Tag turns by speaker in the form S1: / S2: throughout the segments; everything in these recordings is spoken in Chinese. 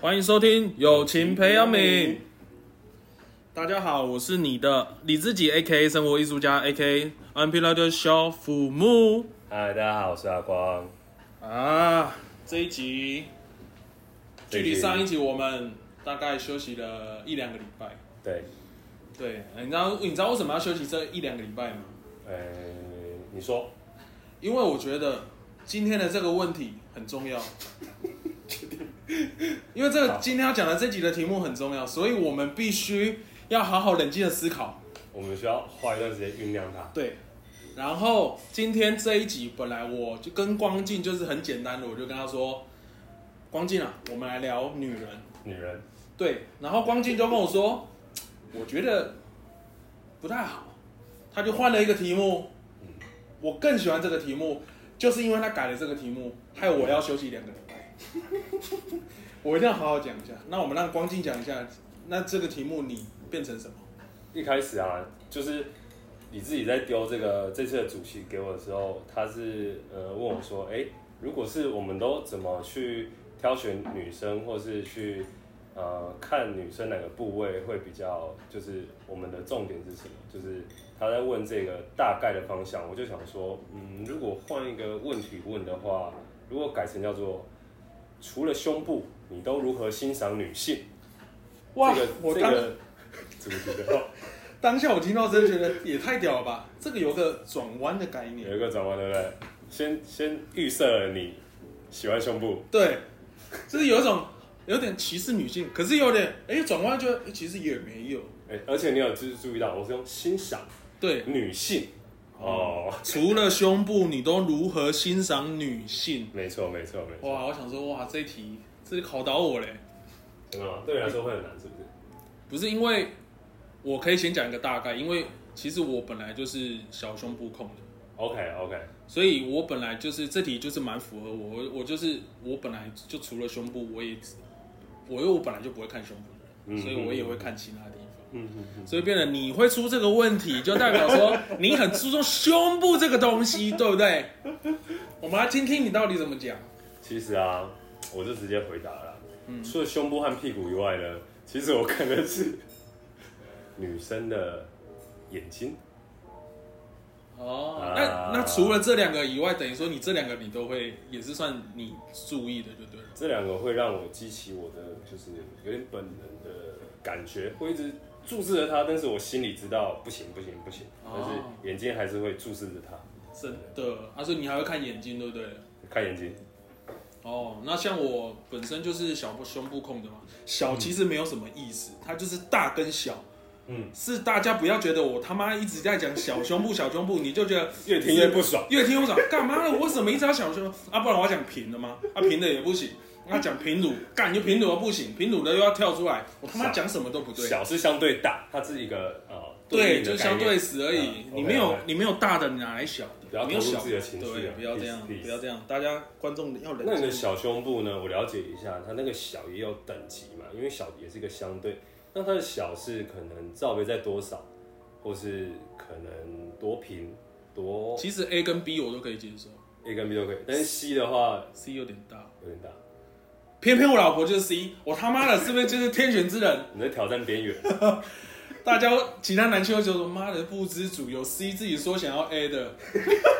S1: 欢迎收听《友情培养皿》。大家好，我是你的你自己 A K 生活艺术家 A K M P 那的小父母
S2: 嗨，大家好，我是阿光。
S1: 啊。这一集距离
S2: 这集
S1: 上一集我们大概休息了一两个礼拜。
S2: 对，
S1: 对，你知道你知道为什么要休息这一两个礼拜吗？
S2: 呃，你说，
S1: 因为我觉得今天的这个问题很重 要，因为这个
S2: 好
S1: 今天要讲的这集的题目很重要，所以我们必须要好好冷静的思考。
S2: 我们需要花一段时间酝酿它。
S1: 对，然后今天这一集本来我就跟光进就是很简单的，我就跟他说，光进啊，我们来聊女人。
S2: 女人，
S1: 对，然后光进就跟我说，我觉得不太好，他就换了一个题目
S2: 嗯，
S1: 我更喜欢这个题目，就是因为他改了这个题目，害我要休息两个礼拜。 我一定要好好讲一下。那我们让光进讲一下，那这个题目你变成什么？
S2: 一开始啊，就是你自己在丢这个这次的主题给我的时候，他是呃问我说，哎，如果是我们都怎么去挑选女生，或是去呃看女生哪个部位会比较，就是我们的重点是什么？就是他在问这个大概的方向，我就想说，嗯，如果换一个问题问的话，如果改成叫做除了胸部，你都如何欣赏女性？
S1: 哇，
S2: 这个
S1: 我
S2: 这
S1: 当、
S2: 个怎么知道？
S1: 当下我听到真的觉得也太屌了吧！这个有个转弯的概念，
S2: 有一个转弯，对不对？先先预设了你喜欢胸部，
S1: 对，就是有一种有点歧视女性，可是有点哎转弯就诶其实也没有，
S2: 哎、而且你有注注意到，我是用欣赏
S1: 对，
S2: 女性哦，
S1: 除了胸部，你都如何欣赏女性？
S2: 没错没错没错，
S1: 哇，我想说，哇，这一题这考倒我嘞！
S2: 真的吗？嗯对你来说会很难，是不是？
S1: 不是因为我可以先讲一个大概，因为其实我本来就是小胸部控的，
S2: OK OK，
S1: 所以我本来就是这题就是蛮符合我，我我就是我本来就除了胸部，我也我因为我本来就不会看胸部的人，
S2: 嗯
S1: 所以我也会看其他地方。
S2: 嗯嗯嗯，
S1: 所以变得你会出这个问题，就代表说你很注重胸部这个东西，对不 对？我们来听听你到底怎么讲。
S2: 其实啊，我就直接回答了啦，
S1: 嗯
S2: 除了胸部和屁股以外呢，其实我看的是女生的眼睛，
S1: 哦，
S2: 啊
S1: 那那除了这两个以外，等于说你这两个你都会也是算你注意的，就对了。
S2: 这两个会让我激起我的就是有点本能的感觉，会一直注视着它，但是我心里知道不行不行不行，但
S1: 哦
S2: 是眼睛还是会注视着它，
S1: 真的，他、啊、说你还会看眼睛，对不对？
S2: 看眼睛。
S1: 哦，那像我本身就是小胸部控的嘛，小其实没有什么意思，它就是大跟小。
S2: 嗯，
S1: 是大家不要觉得我他妈一直在讲小胸部小胸部，你就觉得
S2: 越听越不爽。
S1: 越听我讲，干嘛呢？我为什么一直要想说啊？不然我要讲平的吗？啊，平的也不行。那讲平乳，干就平乳的不行，平乳的又要跳出来，我他妈
S2: 小
S1: 讲什么都不对。
S2: 小是相对大，它是一个呃，
S1: 对，
S2: 应
S1: 就
S2: 的
S1: 是
S2: 概
S1: 相
S2: 念
S1: 对死而已
S2: 嗯。
S1: 你
S2: OK，
S1: 没有
S2: OK
S1: 你没有大的，你哪来小
S2: 不
S1: 的？
S2: 要
S1: 没有
S2: 投入
S1: 小
S2: 自己的情绪啊
S1: 对，不要这样，
S2: please，please
S1: 不要这样，大家观众要
S2: 那
S1: 冷
S2: 你的
S1: 静。
S2: 小胸部呢？我了解一下，它那个小也有等级嘛，因为小也是一个相对，那它的小是可能罩杯在多少，或是可能多平多
S1: 其实 A 跟 B 我都可以接受
S2: A 跟 B 都可以，但是 C 的话
S1: ，C 有点大，
S2: 有点大，
S1: 偏偏我老婆就是 C，我他妈的是不是就是天选之人？
S2: 你在挑战边缘。
S1: 大家其他男性会觉得妈的不知足，有 C 自己说想要 A 的，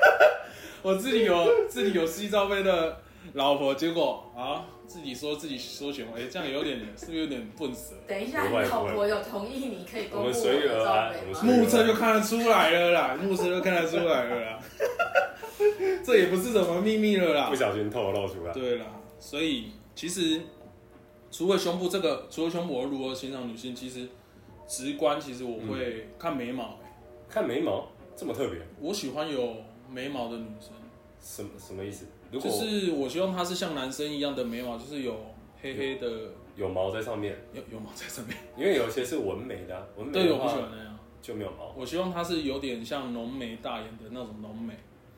S1: 我自己有自己有 C 罩杯的老婆，结果啊自己说自己说选 A，这样有点是不是有点笨舌？
S3: 等一下，
S2: 不会
S3: 你老婆有同意你可以公布
S2: 我
S3: 的
S2: 们随遇而
S3: 照
S2: 安
S3: 片
S2: 我
S3: 吗
S2: 们？随遇
S1: 目测就看得出来了啦，目测就看得出来了啦， 这也不是什么秘密了啦
S2: 不。小心透露出来。
S1: 对啦，所以其实除了胸部这个，除了胸部我如何欣赏女性，其实直观其实我
S2: 嗯
S1: 会看眉毛、欸
S2: 看眉毛这么特别，
S1: 我喜欢有眉毛的女生，
S2: 什么什么意思？如
S1: 就
S2: 果
S1: 是我希望她是像男生一样的眉毛，就是有黑黑的
S2: 有毛在上面，
S1: 有有毛在上面，
S2: 因为有些是纹眉的啊，纹眉
S1: 对，
S2: 的
S1: 我不喜
S2: 话
S1: 欢那样。
S2: 就没有毛。
S1: 我希望她是有点像浓眉大眼的那种浓眉。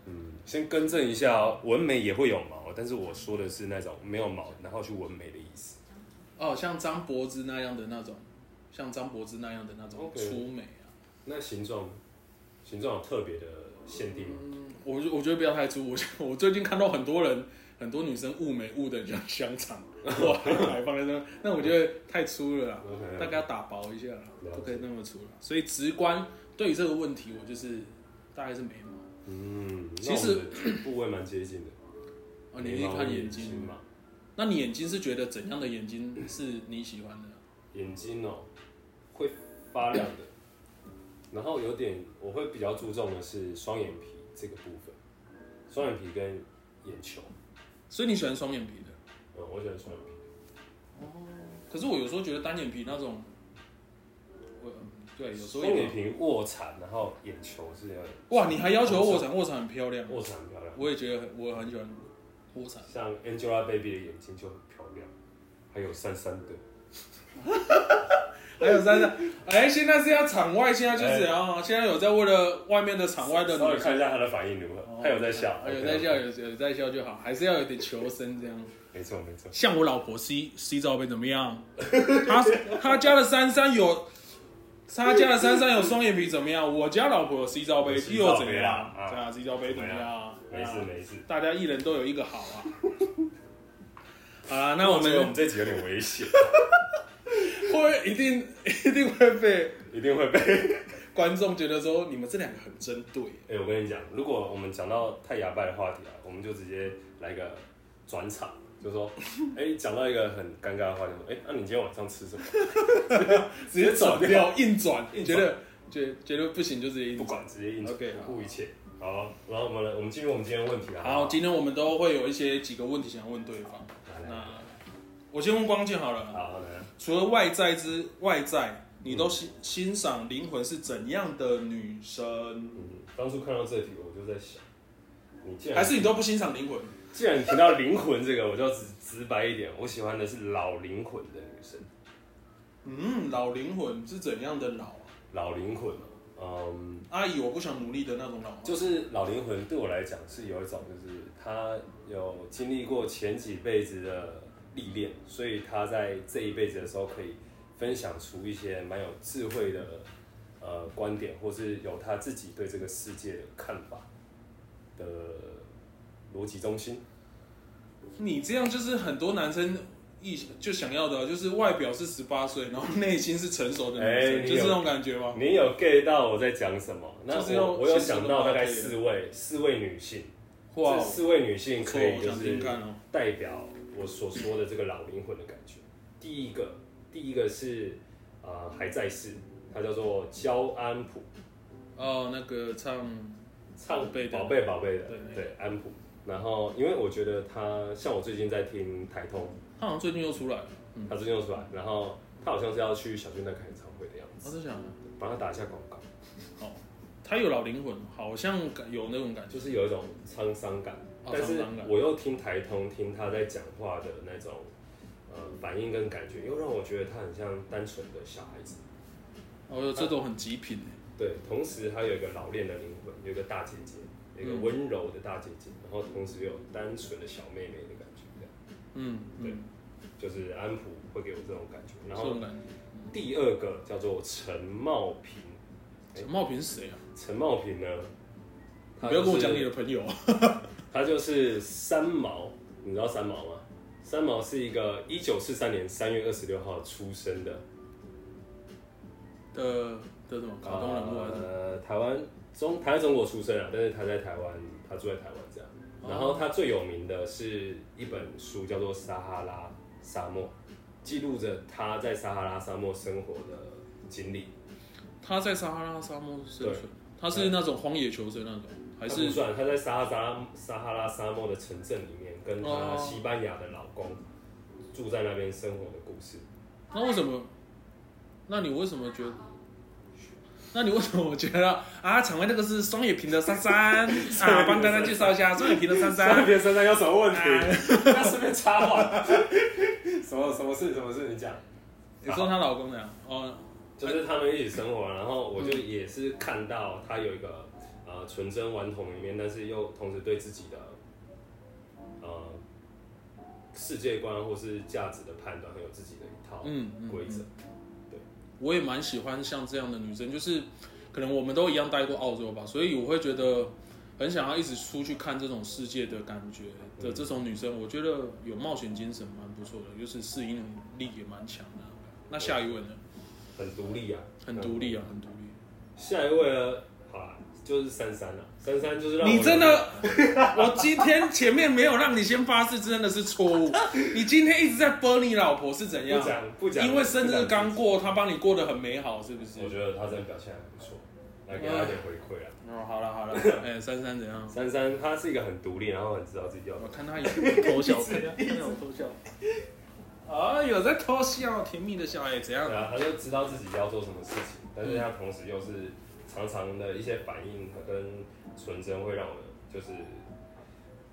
S2: 嗯，先更正一下哦，纹眉也会有毛，但是我说的是那种没有毛然后去纹眉的意思。
S1: 哦，像张柏芝那样的那种，像张柏芝那样的那种
S2: OK
S1: 粗眉啊。
S2: 那形状，形状有特别的限定吗？
S1: 嗯我就我觉得不要太粗，我我最近看到很多人很多女生误美误的就像香肠，我还 摆放在那，那我觉得太粗了啦
S2: OK
S1: 大概要打薄一下啦
S2: 啊了解，
S1: 不可以那么粗了。所以直观对于这个问题，我就是大概是眉毛。
S2: 嗯，
S1: 其实
S2: 那我们的部位蛮接近的。
S1: 哦，你是
S2: 眉毛
S1: 看
S2: 眼
S1: 眼睛
S2: 嘛？
S1: 那你眼睛是觉得怎样的眼睛是你喜欢的？
S2: 眼睛哦、会发亮的。然后有点，我会比较注重的是双眼皮这个部分，双眼皮跟眼球。
S1: 所以你喜欢双眼皮的？
S2: 嗯，我喜欢双眼皮。
S1: 可是我有时候觉得单眼皮那种，我嗯对，有时候
S2: 双
S1: 有
S2: 眼皮卧蚕，然后眼球是要
S1: 哇，你还要求卧蚕，卧蚕很漂亮，
S2: 卧蚕很漂亮，
S1: 我也觉得很我很喜欢卧蚕。
S2: 像 Angelababy 的眼睛就很漂亮，还有珊珊的。
S1: 还有珊珊，哎、现在是要场外，现在就是啊、现在有在为了外面的场外的
S2: 哎稍微
S1: 女生，哦哎
S2: 看一下她的反应如何，她有在笑，
S1: 有在笑，
S2: OK，
S1: 有有在笑就好，还是要有点求生这样。
S2: 没错没错。
S1: 像我老婆 C C 罩杯怎么 样？她她家的珊珊有，她家的珊珊有双眼皮怎么样？我家老婆有 C 罩杯
S2: 有 C
S1: 又怎
S2: 罩杯
S1: 样
S2: 啦？啊
S1: 对啊，C 罩杯怎么样？
S2: 没事
S1: 对啊
S2: 没事。
S1: 大家一人都有一个好 啊。好啦，那我
S2: 觉得我
S1: 们
S2: 们这集有点 危险，
S1: 会一定 一定会被
S2: 一定会被。
S1: 观众觉得说你们这两个很针对。
S2: 哎、我跟你讲，如果我们讲到太牙拜的话题啊，我们就直接来个转场，就说，哎、讲到一个很尴尬的话题，就说，哎、那、你今天晚上吃什么？
S1: 直接转掉，硬转，
S2: 硬
S1: 觉
S2: 转
S1: 得觉觉得不行就直接
S2: 不
S1: 硬转。
S2: 管，直接应酬
S1: OK，好
S2: 不顾一切。好，然后我们来，我们进入我们今天的问题啊。
S1: 好，今天我们都会有一些几个问题想要问对方。
S2: 来来
S1: 那
S2: 来
S1: 我先问光剑好了，
S2: 好嗯来来，啊
S1: 除了外在之外在，你都欣欣赏灵魂是怎样的女生？
S2: 嗯，当初看到这题，我就在想，你既然
S1: 还是你都不欣赏灵魂？
S2: 既然你提到灵魂这个，我就要直直白一点，我喜欢的是老灵魂的女生，
S1: 嗯，老灵魂是怎样的老啊？
S2: 老灵魂哦，嗯。
S1: 阿姨，我不想努力的那种老啊。
S2: 就是老灵魂对我来讲是有一种，就是他有经历过前几辈子的历练，所以他在这一辈子的时候可以分享出一些蛮有智慧的呃观点，或是有他自己对这个世界的看法的逻辑中心。
S1: 你这样就是很多男生一就想要的啊，就是外表是十八岁，然后内心是成熟的女
S2: 哎
S1: 生，
S2: 你
S1: 就
S2: 有
S1: 是这种感觉吗？
S2: 你有 get 到我在讲什么？那
S1: 就是要
S2: 我我有
S1: 先说
S2: 想到大
S1: 到
S2: 概
S1: 这里
S2: 四位四位女性，
S1: 哇
S2: 这
S1: 哦，
S2: 四位女性
S1: 不错
S2: 可以
S1: 我
S2: 就
S1: 想
S2: 是
S1: 听看哦。
S2: 代表我所说的这个老灵魂的感觉。第一个，第一个是呃还在世，她叫做焦安普，
S1: 哦，那个唱
S2: 唱
S1: 宝贝的
S2: 宝贝宝贝的，
S1: 对
S2: 对安普。然后因为我觉得她像我最近在听台通，
S1: 他好像最近又出来了，嗯，
S2: 她最近又出来，然后她好像是要去小巨蛋开演唱会的样
S1: 我
S2: 子，
S1: 在想，
S2: 帮她打一下广告，
S1: 哦，他有老灵魂，好像感有那种感觉，
S2: 就是有一种沧桑感，
S1: 嗯哦
S2: 但
S1: 沧
S2: 是
S1: 桑感
S2: 我又听台通听她在讲话的那种。呃，反应跟感觉又让我觉得她很像单纯的小孩子，
S1: 哦，有这种很极品欸
S2: 对，同时还有一个老练的灵魂，有一个大姐姐，有
S1: 嗯
S2: 一个温柔的大姐姐，然后同时又有单纯的小妹妹的感觉，这样
S1: 嗯，
S2: 对
S1: 嗯，
S2: 就是安普会给我这种感觉。
S1: 这
S2: 然后
S1: 种感觉。
S2: 第二个叫做陈茂平，哎
S1: 陈茂平是谁啊？
S2: 陈茂平呢，
S1: 你不要跟我讲你
S2: 的，
S1: 的朋友啊。
S2: 他就是三毛，你知道三毛吗？三毛是一个一九四三年三月二十六号出生的
S1: 的的什么卡通人物还是什么？
S2: 呃，台湾中台湾中国出生啊，但是他在台湾，他住在台湾这样。然后他最有名的是一本书，叫做《撒哈拉沙漠》，记录着他在撒哈拉沙漠生活的经历。
S1: 他在撒哈拉沙漠生
S2: 对
S1: 存，他是那种荒野求生那种，还
S2: 他不
S1: 是
S2: 算他在撒哈拉撒哈拉沙漠的城镇里面，跟他
S1: 哦
S2: 西班牙的老公住在那边生活的故事。
S1: 那为什么？那你为什么觉得？那你为什么觉得啊？场外那个是双眼皮的珊 珊啊，帮大家介绍一下双眼皮的珊
S2: 三
S1: 珊。
S2: 边身上有什么问
S1: 啊
S2: 题？ 他顺便插话。哎 什么什么事？什么事？你讲。
S1: 你说她老公的呀？哦，
S2: 就是他们一起生活，然后我就也是看到他有一个呃纯真顽童里面，但是又同时对自己的呃世界观或是价值的判断很有自己的一套
S1: 嗯嗯
S2: 规则。
S1: 我也蛮喜欢像这样的女生，就是可能我们都一样待过澳洲吧，所以我会觉得很想要一直出去看这种世界的感觉
S2: 嗯
S1: 的这种女生，我觉得有冒险精神蛮不错的，就是适应力也蛮强的。啊那下一位呢？
S2: 很独立啊，嗯
S1: 很独立啊，很独立。
S2: 下一位呢，好啦，就是珊珊了、珊珊就是让我
S1: 你真的， 我今天前面没有让你先发誓，真的是错误。你今天一直在播你老婆是怎
S2: 不
S1: 样？
S2: 讲不讲，
S1: 因为生日刚
S2: 不
S1: 过，她帮你过得很美好，是不是
S2: 讲，我？觉得她真的表现还不错，来给她一点回馈啊。
S1: 哦，好了好 了，哎、珊珊怎样？
S2: 珊珊她是一个很独立，然后很知道自己要什
S1: 我
S2: 么。
S1: 看她有偷 笑，看她有偷笑。啊，有在偷笑，甜蜜的笑，哎、怎样
S2: 对？啊，她就知道自己要做什么事情，但
S1: 嗯
S2: 是她同时又是常常的一些反应跟纯真，会让我就是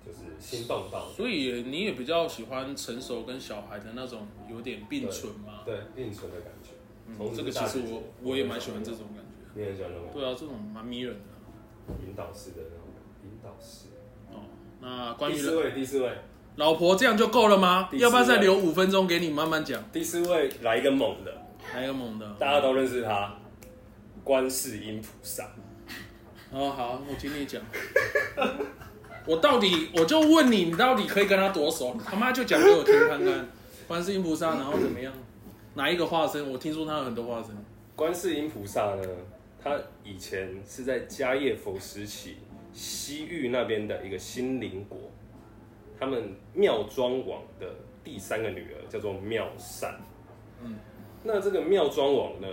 S2: 就是心动到。
S1: 所以你也比较喜欢成熟跟小孩的那种有点并存嘛？
S2: 对，并存的感觉。
S1: 嗯
S2: 同，时
S1: 这个其
S2: 大
S1: 实
S2: 姐姐
S1: 我我也蛮喜欢这种感觉。
S2: 你很喜欢那种
S1: 对啊，这种蛮迷人的。啊
S2: 引导式的那种感觉引导式。
S1: 哦，那关
S2: 第
S1: 于
S2: 四位，第四位，
S1: 老婆这样就够了吗？
S2: 第四位
S1: 要不要再留五分钟给你慢慢讲？
S2: 第四位来一个猛的，
S1: 还有猛的。
S2: 大家都认识他，观世音菩萨。
S1: 哦，好，我听你讲。我到底，我就问你，你到底可以跟他多熟？你他妈就讲给我听看看，观世音菩萨，然后怎么样？哪一个化身？我听说他有很多化身。
S2: 观世音菩萨呢，他以前是在迦叶佛时期西域那边的一个新邻国，他们妙庄王的第三个女儿叫做妙善。
S1: 嗯
S2: 那这个妙庄王呢，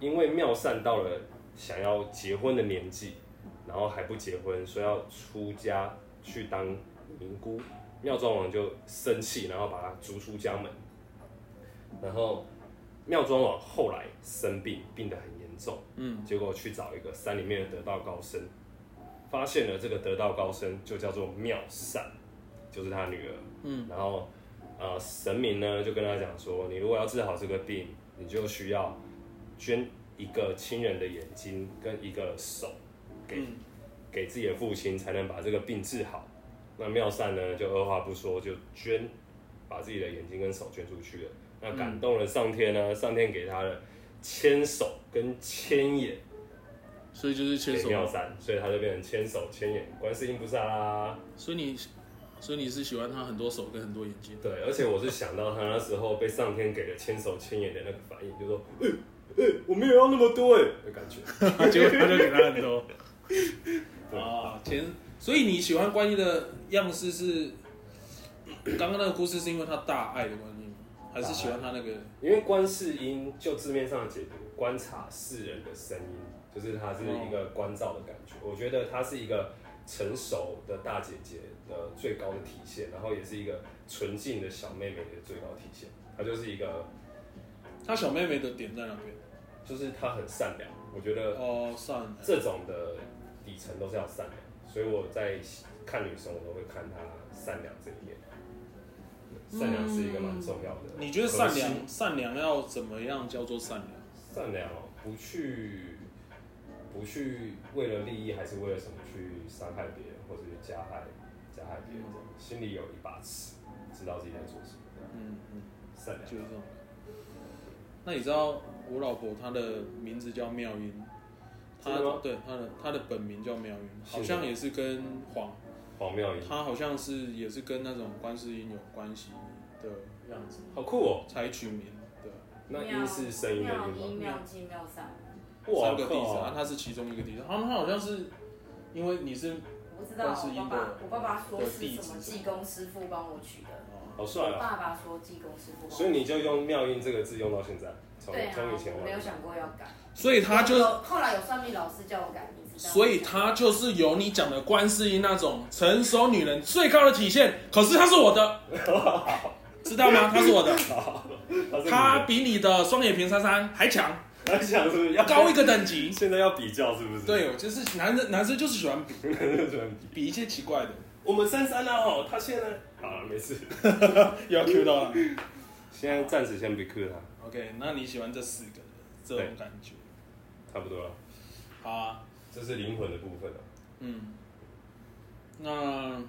S2: 因为妙善到了想要结婚的年纪，然后还不结婚，说要出家去当尼姑，妙庄王就生气，然后把她逐出家门。然后妙庄王后来生病，病得很严重，
S1: 嗯，
S2: 结果去找一个山里面的得道高僧，发现了这个得道高僧就叫做妙善，就是他女儿。
S1: 嗯，
S2: 然后呃，神明呢就跟他讲说，你如果要治好这个病，你就需要捐一个亲人的眼睛跟一个手给、
S1: 嗯
S2: 给自己的父亲，才能把这个病治好。那妙善呢就二话不说就捐，把自己的眼睛跟手捐出去了。那感动了上天呢，上天给他了千手跟千眼。
S1: 所以就是牵
S2: 给
S1: 手。
S2: 妙善，所以他就变成千手千眼观世音菩萨啦。
S1: 所以你，所以你是喜欢他很多手跟很多眼睛。
S2: 对，而且我是想到他那时候被上天给了千手千眼的那个反应，就说，呃、呃我没有要那么多哎、的感觉。
S1: 结果他就给他很多。啊，前，所以你喜欢关系的样式是，刚刚那个故事是因为他大爱的关系吗？还是喜欢他那个？
S2: 因为观世音就字面上的解读，观察世人的声音，就是它是一个关照的感觉。我觉得她是一个成熟的大姐姐的最高的体现，然后也是一个纯净的小妹妹的最高体现。她就是一个，
S1: 他小妹妹的点在哪边？
S2: 就是她很善良，我觉得
S1: 哦，算了。
S2: 这种的底层都是要善良，所以我在看女生，我都会看她善良这一面。善良是一个蛮重要的。
S1: 你觉得善
S2: 核心
S1: 良，善良要怎么样叫做善良？
S2: 善良哦，不去不去为了利益还是为了什么去伤害别人，或者是加害加害别人这样，心里有一把尺，知道自己在做什么。
S1: 嗯嗯，
S2: 善良
S1: 就是这种。那你知道我老婆她的名字叫妙音，她
S2: 真的吗
S1: 对她的她的本名叫妙音，
S2: 是
S1: 好像也是跟黄
S2: 黄妙莹，
S1: 他好像是也是跟那种观世音有关系的样子，
S2: 好酷哦！
S1: 才取名的
S2: 那音是声音的
S3: 妙
S2: 音
S3: 音、
S2: 吗？
S3: 妙金、妙善，
S2: 哇
S1: 三个弟子啊，
S2: 靠！
S1: 他是其中一个弟子。他们好像是因为你是
S3: 我不知道
S1: 观世
S3: 我
S1: 音
S3: 爸爸
S1: 的，
S3: 我爸爸说
S1: 的
S3: 是
S1: 弟
S3: 什么
S1: 子
S3: 济公师傅帮我取的。
S1: 哦
S2: 好帅
S3: 我
S2: 啊！
S3: 爸爸说济公师傅帮我取的。
S2: 所以你就用妙音这个字用到现在，从
S3: 对啊，
S2: 从以前
S3: 我没有
S2: 玩。
S3: 想过要改。
S1: 所以他就
S3: 有后来有算命老师叫我改名字，
S1: 所以他就是有你讲的观世音那种成熟女人最高的体现。可是他是我 的，知道吗？他是我的，他
S2: 他
S1: 比你的双眼平三三还强，
S2: 他想是不是要
S1: 高一个等级。
S2: 现在要比较是不是？
S1: 对，我就是男人，男生就是喜欢比
S2: 对，
S1: 比一些奇怪 的，
S2: 我们三三啊哦，他现在好了没 事，
S1: 又要 Q 到了。
S2: 现在暂时先不 Q 他，
S1: OK，那你喜欢这四个人这种感觉？
S2: 差不多了，
S1: 好啊，
S2: 这是灵魂的部分了。啊
S1: 嗯，那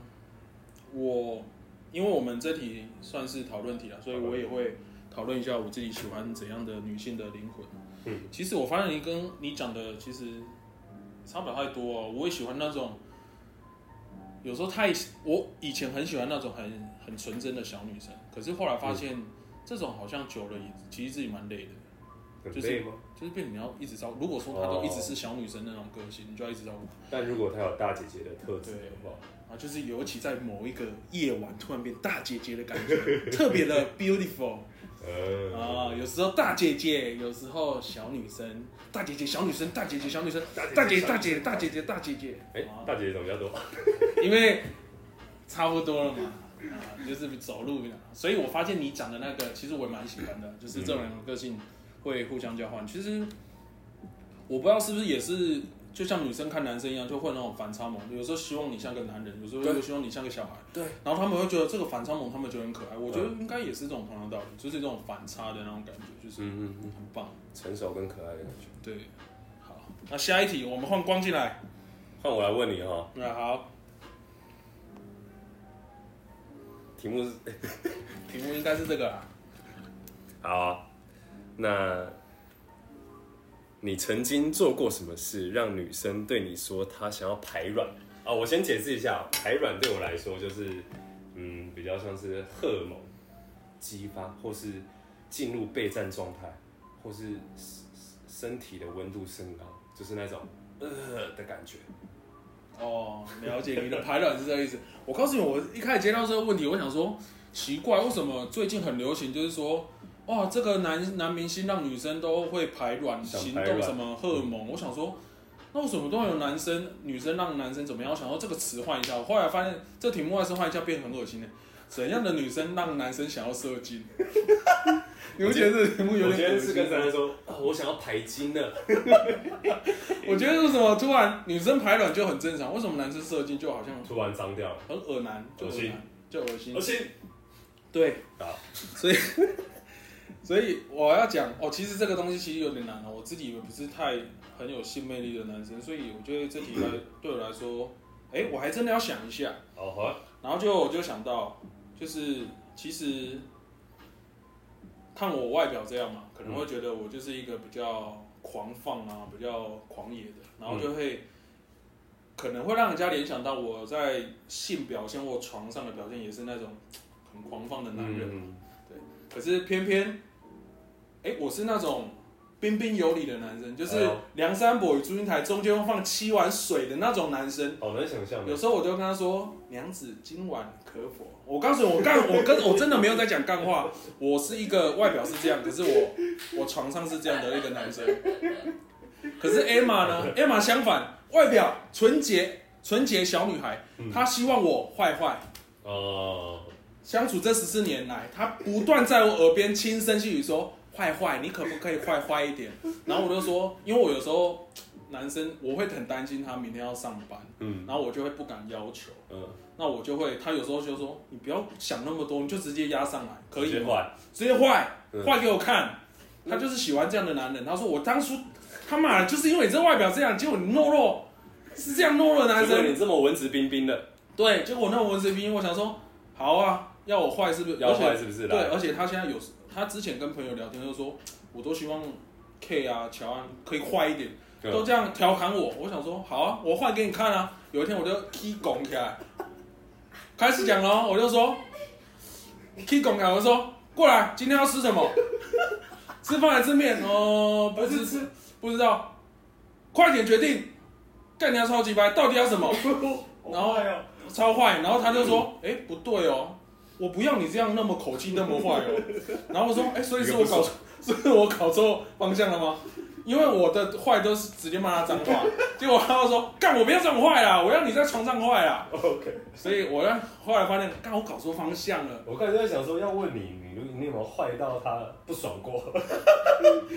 S1: 我因为我们这题算是讨论题了，所以我也会讨论一下我自己喜欢怎样的女性的灵魂。
S2: 嗯，
S1: 其实我发现你跟你讲的其实差不了太多哦，我也喜欢那种有时候太我以前很喜欢那种很很纯真的小女生，可是后来发现、这种好像久了也其实自己蛮累的，
S2: 很
S1: 就是
S2: 累吗？
S1: 就是变你要一直照顾。如果说她都一直是小女生那种个性，你就要一直照顾。
S2: 但如果他有大姐姐的特质的话，
S1: 啊，就是尤其在某一个夜晚突然变大姐姐的感觉，特别的 beautiful
S2: 呃，
S1: 啊！有时候大姐姐，有时候小女生，大姐姐小女生，大姐姐小女生，大姐大姐大姐姐大姐姐，
S2: 哎、
S1: 啊
S2: 大姐姐怎么叫做？
S1: 因为差不多了嘛，啊，就是走路一样，所以我发现你讲的那个，其实我也蛮喜欢的，就是这种人的个性会互相交换。其实我不知道是不是也是，就像女生看男生一样，就会有那种反差萌，有时候希望你像个男人，有时候又希望你像个小孩，
S2: 对，
S1: 然后他们会觉得这个反差萌，他们觉得很可爱。我觉得应该也是这种同样道理，就是这种反差的那种感觉，就是
S2: 嗯嗯嗯，
S1: 很棒。
S2: 成熟跟可爱的感觉。
S1: 对，好，那下一题我们换光进来，
S2: 换我来问你哈，
S1: 那好，
S2: 题目是
S1: 题目应该是这个啦。
S2: 好啊，那你曾经做过什么事让女生对你说她想要排卵啊？我先解释一下，排卵对我来说就是，嗯，比较像是荷尔蒙激发，或是进入备战状态，或是身身体的温度升高，就是那种呃的感觉。
S1: 哦，了解你的排卵是这个意思。我告诉你，我一开始接到这个问题，我想说奇怪，为什么最近很流行，就是说，哇，这个男男明星让女生都会排卵，
S2: 想
S1: 行
S2: 排
S1: 动
S2: 卵
S1: 什么荷尔蒙？我想说，那为什么都有男生女生让男生怎么样？我想说这个词换一下，我后来发现这题目要是换一下，变得很恶心的。怎样的女生让男生想要射 精？你会觉得这个题目有
S2: 我
S1: 点
S2: 今天是
S1: 恶心
S2: 跟珊珊说，啊我想要排精了。
S1: 我觉得为什么突然女生排卵就很正常，为什么男生射精就好像
S2: 突然脏掉了，
S1: 很恶男，就恶
S2: 恶心
S1: 男，就恶心
S2: 而。且
S1: 对，
S2: 啊，
S1: 所以所以我要讲哦，其实这个东西其实有点难哦，我自己也不是太很有性魅力的男生，所以我觉得这题来对我来说，哎、我还真的要想一下，
S2: 哦好啊，
S1: 然后就我就想到，就是其实看我外表这样嘛，可能会觉得我就是一个比较狂放啊，比较狂野的，然后就会。可能会让人家联想到我在性表现或床上的表现也是那种很狂放的男人，
S2: 嗯，
S1: 可是偏偏，哎、我是那种彬彬有礼的男生，就
S2: 哎
S1: 是
S2: 呦
S1: 梁山伯与祝英台中间会放七碗水的那种男生。
S2: 好难想象的
S1: 有。时候我就跟他说：“娘子，今晚可否？”我告诉你，我干，我跟我真的没有在讲干话。我是一个外表是这样，可是我我床上是这样的一个男生。可是 Emma 呢？Emma 相反，外表纯洁纯洁小女孩，
S2: 嗯
S1: 她希望我坏坏，
S2: 哦，
S1: 相处这十四年来，他不断在我耳边轻声细语说：“坏坏，你可不可以坏坏一点？”然后我就说，因为我有时候男生我会很担心他明天要上班，
S2: 嗯
S1: 然后我就会不敢要求，
S2: 嗯，
S1: 那我就会他有时候就说：“你不要想那么多，你就直接压上来，可以
S2: 直接
S1: 吗？
S2: 换，
S1: 直接坏
S2: 嗯
S1: 坏给我看。”他就是喜欢这样的男人。他说：“我当初他妈的就是因为你这外表这样，结果你懦弱，是这样懦弱的男
S2: 如果
S1: 生。”
S2: 你这么文质彬彬的，
S1: 对，结果那文质彬彬，我想说，好啊，要我坏是不是？
S2: 要
S1: 而且
S2: 坏是不是啦？
S1: 对，而且他现在有，他之前跟朋友聊天就说，我都希望 K 啊、乔安可以坏一点，
S2: 对啊
S1: 都这样调侃我。我想说，好啊，我坏给你看啊。有一天我就 K 拱起来，开始讲喽，我就说 K 拱起来，我就说过来，今天要吃什么？吃饭还是吃面？哦，不知吃，不知道，快点决定。干掉超级白，到底要什么？然后
S2: 哎
S1: 超坏，然后他就说，哎、不对哦，我不要你这样那么口气那么坏哦。然后我说，哎、所以是我搞错，所以我搞错方向了吗？因为我的坏都是直接骂他脏话，结果他就说，干我不要这么坏啊啦，我要你在床上坏啦。
S2: 哦，OK，
S1: 所以我让后来发现，干我搞错方向了。
S2: 我刚才就在想说要问你，你你有没有坏到他不爽 过？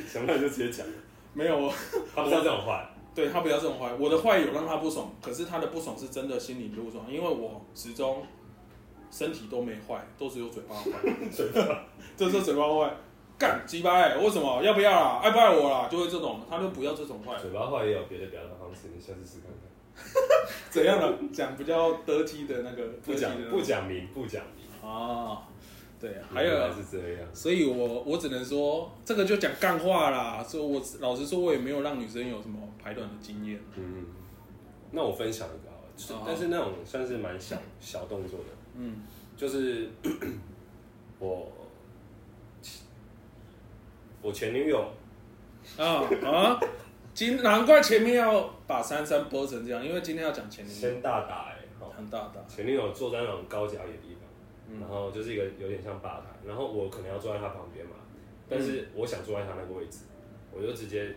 S2: 想不到就直接讲，
S1: 没有，哦我
S2: 他不知道这种坏，
S1: 对他不要这么坏，我的坏有让他不爽，可是他的不爽是真的心里不爽，因为我始终身体都没坏，都只有嘴巴坏。
S2: 嘴巴
S1: 这是嘴巴坏，干鸡巴哎，为什么要不要啦？爱不爱我啦？就会这种，他就不要这种坏。
S2: 嘴巴坏也有别的表达方式，你下次试看看。
S1: 怎样的讲比较得体的那个？
S2: 不讲嗯不讲明，不讲明，
S1: 啊，对，还
S2: 原
S1: 有，
S2: 来
S1: 啊
S2: 是这样。
S1: 所以我我只能说这个就讲干话啦。所以我老实说，我也没有让女生有什么排卵的经验。
S2: 嗯，那我分享一个好了，是
S1: 哦
S2: 但是那种算是蛮小小动作的，
S1: 嗯，
S2: 就是 我我前女友
S1: 啊啊，今难怪前面要把珊珊播成这样，因为今天要讲前面
S2: 先大打哎、欸，哦
S1: 很大大，
S2: 前女友坐在那种高脚椅的地方，
S1: 嗯
S2: 然后就是一个有点像吧台，然后我可能要坐在她旁边嘛，但是我想坐在她那个位置，我就直接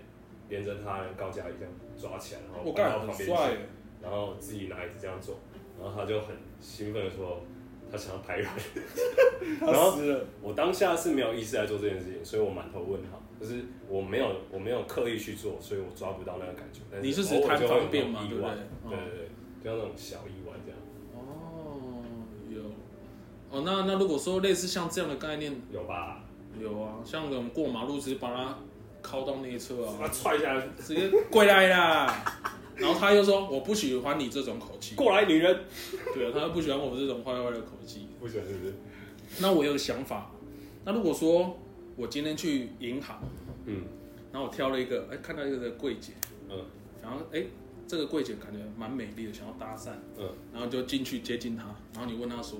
S2: 连着她的高脚椅这样抓起来，然后
S1: 我
S2: 搬到
S1: 干
S2: 旁
S1: 很
S2: 边
S1: 帅欸
S2: 去，
S1: 耶，
S2: 然后自己拿椅子这样做，然后她就很兴奋的说她想要拍人。
S1: 他湿了，
S2: 我当下是没有意识在做这件事情，所以我满头问号，就是我没有我没有刻意去做，所以我抓不到那个感觉。但
S1: 你是只
S2: 偶尔
S1: 贪
S2: 就会有
S1: 方便嘛
S2: 那种
S1: 对
S2: 意
S1: 不
S2: 外，
S1: 对
S2: 对
S1: 嗯
S2: 对对，就像那种小意外这样，
S1: 哦，有，哦，那那如果说类似像这样的概念，
S2: 有吧？
S1: 有啊，像我们过马路直接把它靠到内侧啊，
S2: 他踹下来，
S1: 直接跪来啦。然后他又说我不喜欢你这种口气，
S2: 过来女人，
S1: 对啊，他又不喜欢我这种坏坏的口气。
S2: 不喜欢是不是？
S1: 那我有个想法，那如果说我今天去银行，
S2: 嗯
S1: 然后我挑了一个，哎，看到一个柜姐，
S2: 嗯
S1: 然后哎，这个柜姐感觉蛮美丽的，想要搭讪，
S2: 嗯，
S1: 然后就进去接近她，然后你问她说，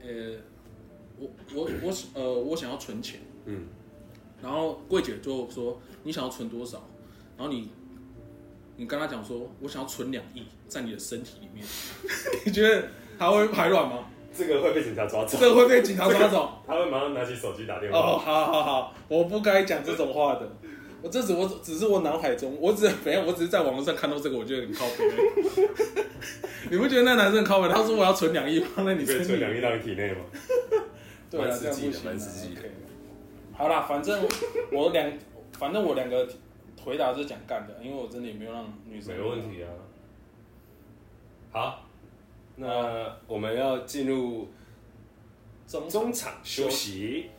S1: 呃，我我我呃我想要存钱，
S2: 嗯，
S1: 然后柜姐就说你想要存多少，然后你你跟她讲说我想要存两亿在你的身体里面， 你觉得她会排卵吗？
S2: 这个会被警察抓走
S1: 这，个会被警察抓走？
S2: 他会马上拿起手机打电
S1: 哦，
S2: 话。
S1: 好好好，我不该讲这种话的。我这只我只是我脑海中，我只没有，我只是在网络上看到这个，我觉得很靠北而 已。你不觉得那男生很靠北？他说我要存两亿放在你
S2: 你可
S1: 身
S2: 以
S1: 体
S2: 存两
S1: 里，
S2: 亿到你体内吗？
S1: 对啊，
S2: 蛮
S1: 这样
S2: 刺激
S1: 不
S2: 的
S1: 行啊，
S2: 蛮刺激的
S1: OK 好啦，反正我两，反正我两个回答是讲干的，因为我真的也没有让女生。
S2: 没问。题啊。好，那我们要进入
S1: 中
S2: 中场休息。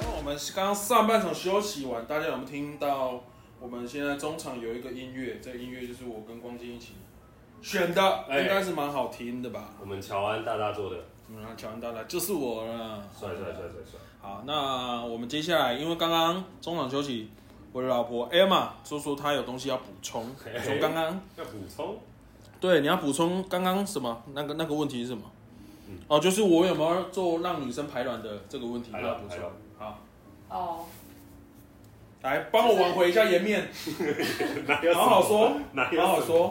S1: 那我们刚刚上半场休息完，大家有没有听到？我们现在中场有一个音乐，这个音乐就是我跟光金一起选的，
S2: 哎
S1: 应该是蛮好听的吧？
S2: 我们乔安大大做的，
S1: 嗯，乔安大大就是我了。
S2: 帅帅帅帅帅，
S1: 好，那我们接下来，因为刚刚中场休息，我的老婆 Emma 说说她有东西要补充，
S2: 嘿
S1: 从刚刚
S2: 要补充，
S1: 对你要补充刚刚什么那个那个问题是什么？
S2: 嗯
S1: 哦，就是我有没有做让女生排卵的这个问题
S2: 排
S1: 要
S2: 卵
S1: 补
S2: 排
S1: 充
S2: 卵。
S1: 好，
S3: 哦，
S1: 来帮我挽回一下颜面，
S2: 哪有什么
S1: 好好说
S2: 哪有什么啊
S1: 好好说，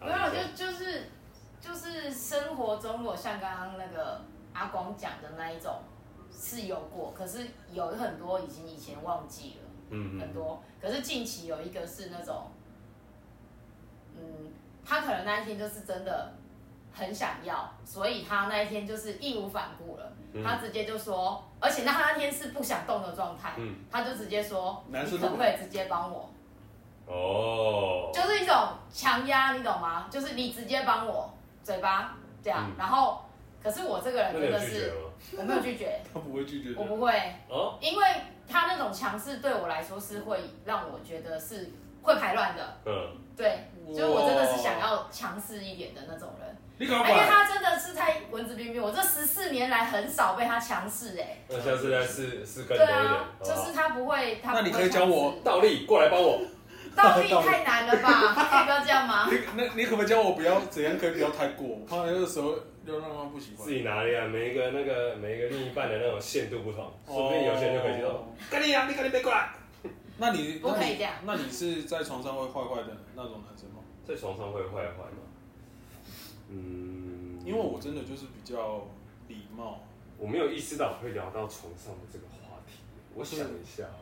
S2: 好
S3: 没有，就就是就是生活中有像刚刚那个阿光讲的那一种是有过，可是有很多已经以前忘记了。
S2: 嗯
S3: 很
S2: 嗯，
S3: 多。可是近期有一个是那种，嗯，他可能那一天就是真的很想要，所以他那一天就是义无反顾了，
S2: 嗯
S3: 他直接就说，而且那他那天是不想动的状态，
S2: 嗯
S3: 他就直接说，
S1: 男生
S3: 你可不可以直接帮我？
S2: 哦，
S3: 就是一种强压，你懂吗？就是你直接帮我，嘴巴这样，
S2: 嗯
S3: 然后。可是我这个人
S2: 那
S3: 真
S2: 你有
S3: 的
S2: 拒绝
S3: 是，
S2: 吗？
S3: 我没有拒绝，
S1: 她不会拒绝
S3: 我
S1: 的。
S3: 不会，
S2: 哦，
S3: 因为他那种强势对我来说是会让我觉得是会排乱的，
S2: 嗯，
S3: 对，
S1: 哇
S3: 就是我真的是想要强势一点的那种人，
S1: 你搞
S3: 哎因为
S1: 管？
S3: 他真的是太文质彬彬，我这十四年来很少被他强势哎，
S2: 那下次再试试更
S3: 对
S2: 多一点，哦好
S3: 啊，
S2: 不
S3: 就
S2: 好
S3: 是他不会，他不
S1: 那
S3: 会
S1: 你可以教我
S2: 倒立过来帮我，
S3: 强势，倒立太难了吧？ 可以不要这样吗？
S1: 你那你可不可以教我不要怎样可以不要太过？我怕那个时候又让她不喜欢
S2: 自。己拿捏啊，每一个那个每一个另一半的那种限度不
S3: 哦
S2: 同，说不定有些人就可以接受。
S1: 哦
S2: 赶紧啊，哦你赶紧别过来。
S1: 那你
S3: 不可以这样
S1: 那你那你是在床上会坏坏的那种男生吗？
S2: 在床上会坏坏吗？嗯，
S1: 因为我真的就是比较礼貌，
S2: 我没有意识到我会聊到床上的这个话题。我想一下、啊，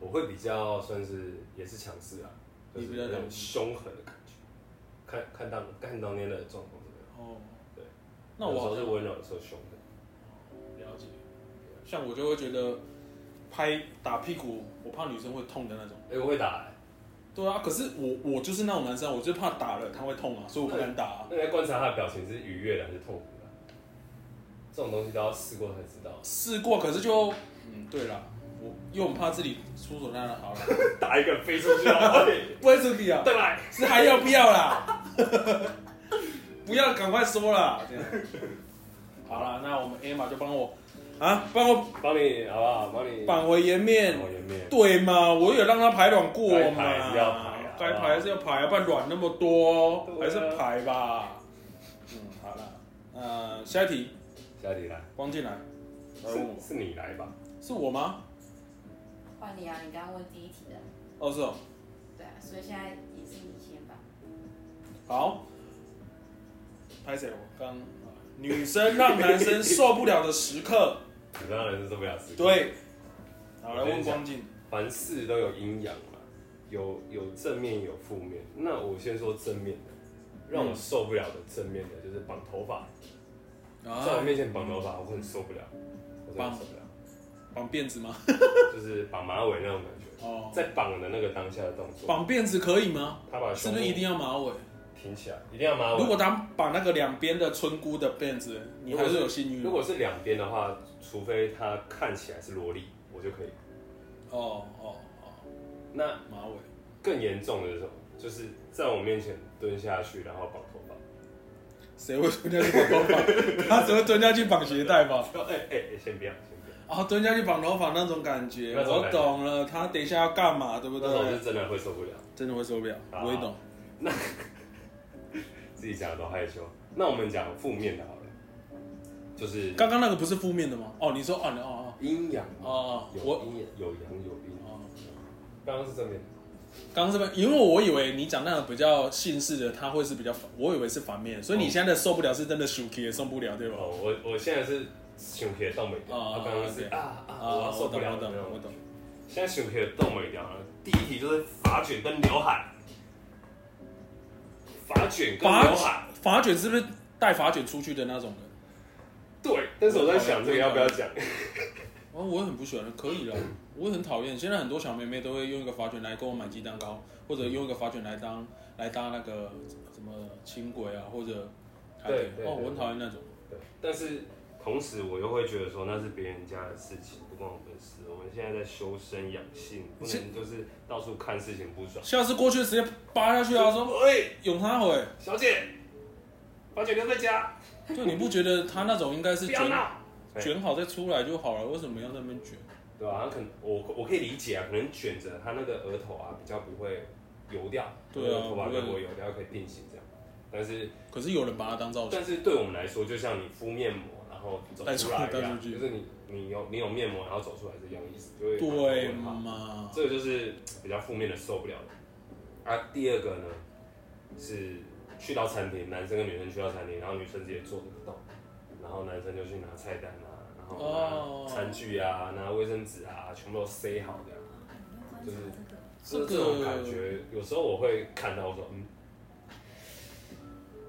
S2: 我会比较算是也是强势啊，就
S1: 你
S2: 是
S1: 比较
S2: 那
S1: 强势
S2: 种凶狠的感觉。看看当看当天的状况怎么样？
S1: 哦，
S2: 对。
S1: 那我
S2: 有时
S1: 好
S2: 候
S1: 像
S2: 是温柔，有时候凶狠。
S1: 了解，像我就会觉得拍打屁股，我怕女生会痛的那种。
S2: 哎、我会打、欸，
S1: 对啊，可是我我就是那种男生，我就怕打了她会痛啊，所以我不敢打、啊。
S2: 那你要观察他的表情是愉悦的还是痛苦的啊、这种东西都要试过才知道。
S1: 试过，可是就嗯，对啦，我因为我们怕自己出手那样好了，
S2: 打一个飞出去啊！对
S1: 不会出去啊，
S2: 来，
S1: 是还要不要啦？ 不要，赶快说啦，这样。好啦，那我们 Emma 就帮我啊，帮我
S2: 帮你好不好？帮你
S1: 扳回颜面
S2: 绑。我颜面。
S1: 对嘛，我有让他排卵过
S2: 该
S1: 嘛，
S2: 排还是要排啊
S1: 该排还是要排啊，不然卵那么多，
S2: 对啊
S1: 还是排吧。嗯，好了，呃，下一题，
S2: 下一题来，
S1: 光进来，来问我
S2: 是，是你来吧？
S1: 是我吗？
S3: 换你啊，你刚刚问第一题的，
S1: 哦，是哦，
S3: 对啊，所以现在也是你先吧。
S1: 好，拍谁？我刚女生让男生受不了的时刻，
S2: 你让人受不了死。，
S1: 对，好来问光进，
S2: 凡事都有阴阳嘛，有有正面有负面。那我先说正面的，让我受不了的正面的就是绑头发，在我
S1: 啊，
S2: 面前绑头发，我很受不了，我真的受不了，
S1: 绑辫子吗？
S2: 就是绑马尾那种感觉，
S1: 哦，
S2: 在绑的那个当下的动作，
S1: 绑辫子可以吗？
S2: 他把
S1: 是
S2: 胸
S1: 不
S2: 部
S1: 是一定要马尾？
S2: 挺起来，一定要马尾。
S1: 如果他绑那个两边的村姑的辫子，你还是有性欲吗。
S2: 如果是两边的话，除非他看起来是萝莉，我就可以。
S1: 哦哦哦，
S2: 那
S1: 马尾，
S2: 更严重的是什么？就是在我面前蹲下去，然后绑头发。
S1: 谁会蹲下去绑头发？他只会蹲下去绑鞋带吧？
S2: 哎哎哎，先不要，先不要。
S1: 啊、蹲下去绑头发那种感觉，
S2: 那种
S1: 我
S2: 感觉
S1: 懂了。他等一下要干嘛，对不
S2: 那种
S1: 对
S2: 是？真的会受不了，
S1: 真的会受不了，
S2: 啊
S1: 我也懂。
S2: 自己讲的都害羞。那我们讲负面的好了，就是
S1: 刚刚那个不是负面的吗？哦，你说哦，你哦
S2: 阴阳
S1: 哦哦，
S2: 有
S1: 我
S2: 阴有阳有阴。
S1: 哦，
S2: 刚刚是正面，
S1: 刚刚这边，因为我以为你讲那个比较姓氏的，他会是比较反，我以为是反面，所以你
S2: 哦
S1: 现在的受不了是真的 Suki 也受不了，对吧？
S2: 哦，我我现在是胸贴动美掉，
S1: 哦
S2: 他刚刚是
S1: 哦
S2: 啊啊，我要受不了
S1: 我懂
S2: 的那
S1: 我懂我
S2: 种
S1: 懂。
S2: 现在胸贴动美掉了，第一题就是发卷跟刘海，发卷跟
S1: 发
S2: 刘海，
S1: 发卷是不是带发卷出去的那种人？
S2: 对。但是我在想这个要不要讲，
S1: 哦，我也很不喜欢，可以了，我也很讨厌。现在很多小妹妹都会用一个发卷来跟我买鸡蛋糕，或者用一个发卷来当来搭那个什么轻轨啊，或者台
S2: 对
S1: 铁
S2: 对
S1: 哦，
S2: 对
S1: 我很讨厌那种。
S2: 对，但是同时我又会觉得说那是别人家的事情，不关我们的事。我们现在在修身养性，不
S1: 是
S2: 能就是到处看事情不爽。
S1: 下次过去直接扒下去啊，说
S2: 哎、
S1: 永他回。
S2: 小姐，把姐留在家，
S1: 就你不觉得他那种应该是
S2: 不
S1: 卷
S2: 要闹。对
S1: 卷好再出来就好了，为什么要在那边卷？
S2: 对啊，他可能我我可以理解啊，可能卷着他那个额头啊比较不会油掉，
S1: 对啊
S2: 头发
S1: 不会
S2: 如果油掉可以定型这样。但是
S1: 可是有人把它当造型，
S2: 但是对我们来说，就像你敷面膜然后走出来一
S1: 带
S2: 样，
S1: 出去
S2: 就是你你有你有面膜然后走出来是一样的意思，就会
S1: 对
S2: 很好
S1: 嘛？
S2: 这个就是比较负面的受不了的。啊，第二个呢是去到餐厅，男生跟女生去到餐厅，然后女生直接坐着不动，然后男生就去拿菜单啊，然后
S1: 哦
S2: 拿餐具啊，拿卫生纸啊，全部都塞好的。就是
S1: 这
S2: 这
S1: 个
S2: 这种感觉，有时候我会看到我说，嗯。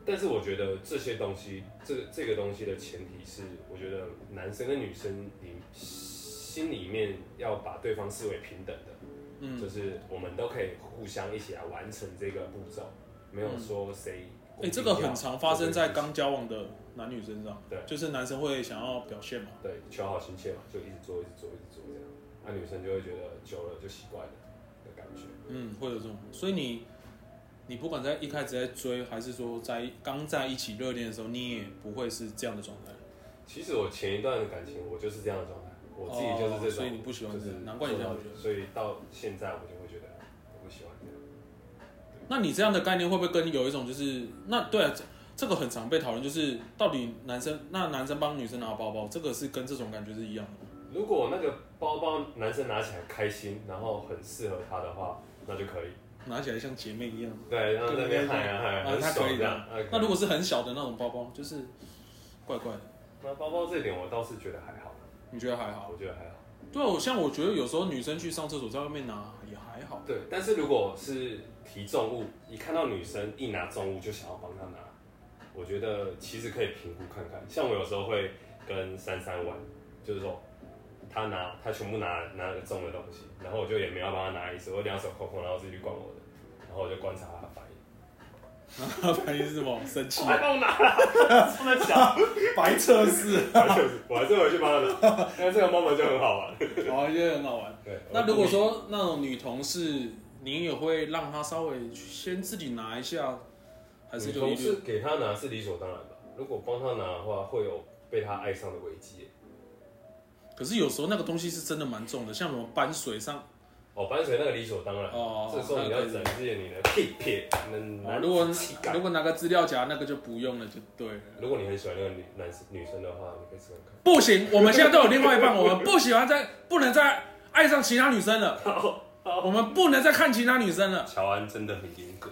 S2: 但是我觉得这些东西，这这个东西的前提是，我觉得男生跟女生你心里面要把对方视为平等的，
S1: 嗯
S2: 就，是我们都可以互相一起来完成这个步骤，没有说谁。
S1: 嗯哎、这个很常发生在刚交往的男女身上，
S2: 对
S1: 就是男生会想要表现嘛，
S2: 对求好心切嘛，就一直做，一直做，一直做这样，那、女生就会觉得久了就习惯了的感觉。
S1: 嗯，会有这种，所以你你不管在一开始在追，还是说在刚在一起热恋的时候，你也不会是这样的状态，
S2: 其实我前一段的感情，我就是这样的状态，我自己就是
S1: 哦
S2: 这种，
S1: 所以你不喜欢
S2: 就是
S1: 这样难怪你这样
S2: 做到
S1: 觉得
S2: 所以到现在我就会觉得我不喜欢这样。
S1: 那你这样的概念会不会跟有一种就是那对、啊、这这个很常被讨论，就是到底男生那男生帮女生拿包包，这个是跟这种感觉是一样的吗。
S2: 如果那个包包男生拿起来开心，然后很适合他的话，那就可以。
S1: 拿起来像姐妹一样，
S2: 对，然后在那边喊啊喊，
S1: 啊，
S2: 很
S1: 他可
S2: 爽
S1: 以
S2: 这
S1: 的
S2: 样
S1: 啊。。
S2: 啊
S1: 那如果是很小的那种包包，就是怪怪的，
S2: 那包包这点我倒是觉得还好，
S1: 你觉得还好？
S2: 我觉得还好。
S1: 对啊，我像我觉得有时候女生去上厕所在外面拿也还好，
S2: 对，但是如果是提重物，一看到女生一拿重物就想要帮她拿，我觉得其实可以评估看看。像我有时候会跟珊珊玩，就是说她拿她全部拿拿个重的东西，然后我就也没有帮她拿一次，我两手空空，然后自己去逛我的，然后我就观察她的反应。
S1: 那反应是什么？生气，
S2: 哎还帮我 拿了，真的假的？
S1: 白测试，
S2: 我还是我还是回去帮她拿，但这个 moment 就很好玩。
S1: 哦，觉得很好玩。
S2: 对，
S1: 那如果说那种女同事，你也会让她稍微先自己拿一下，还是
S2: 女
S1: 就一
S2: 同
S1: 律
S2: 事给她拿是理所当然吧？如果帮她拿的话，会有被她爱上的危机耶。
S1: 可是有时候那个东西是真的蛮重的，像什么搬水上
S2: 哦，搬水那个理所当然，
S1: 哦
S2: 这时候你要展示你的屁屁，能
S1: 啊，
S2: 男
S1: 如果
S2: 子气概
S1: 如。果拿个资料夹，那个就不用了，就对了。
S2: 如果你很喜欢那个女男生女生的话，你可以试试看。
S1: 不行，我们现在都有另外一半，我们不喜欢再不能再爱上其他女生了，我们不能再看其他女生了。
S2: 乔安真的很严格，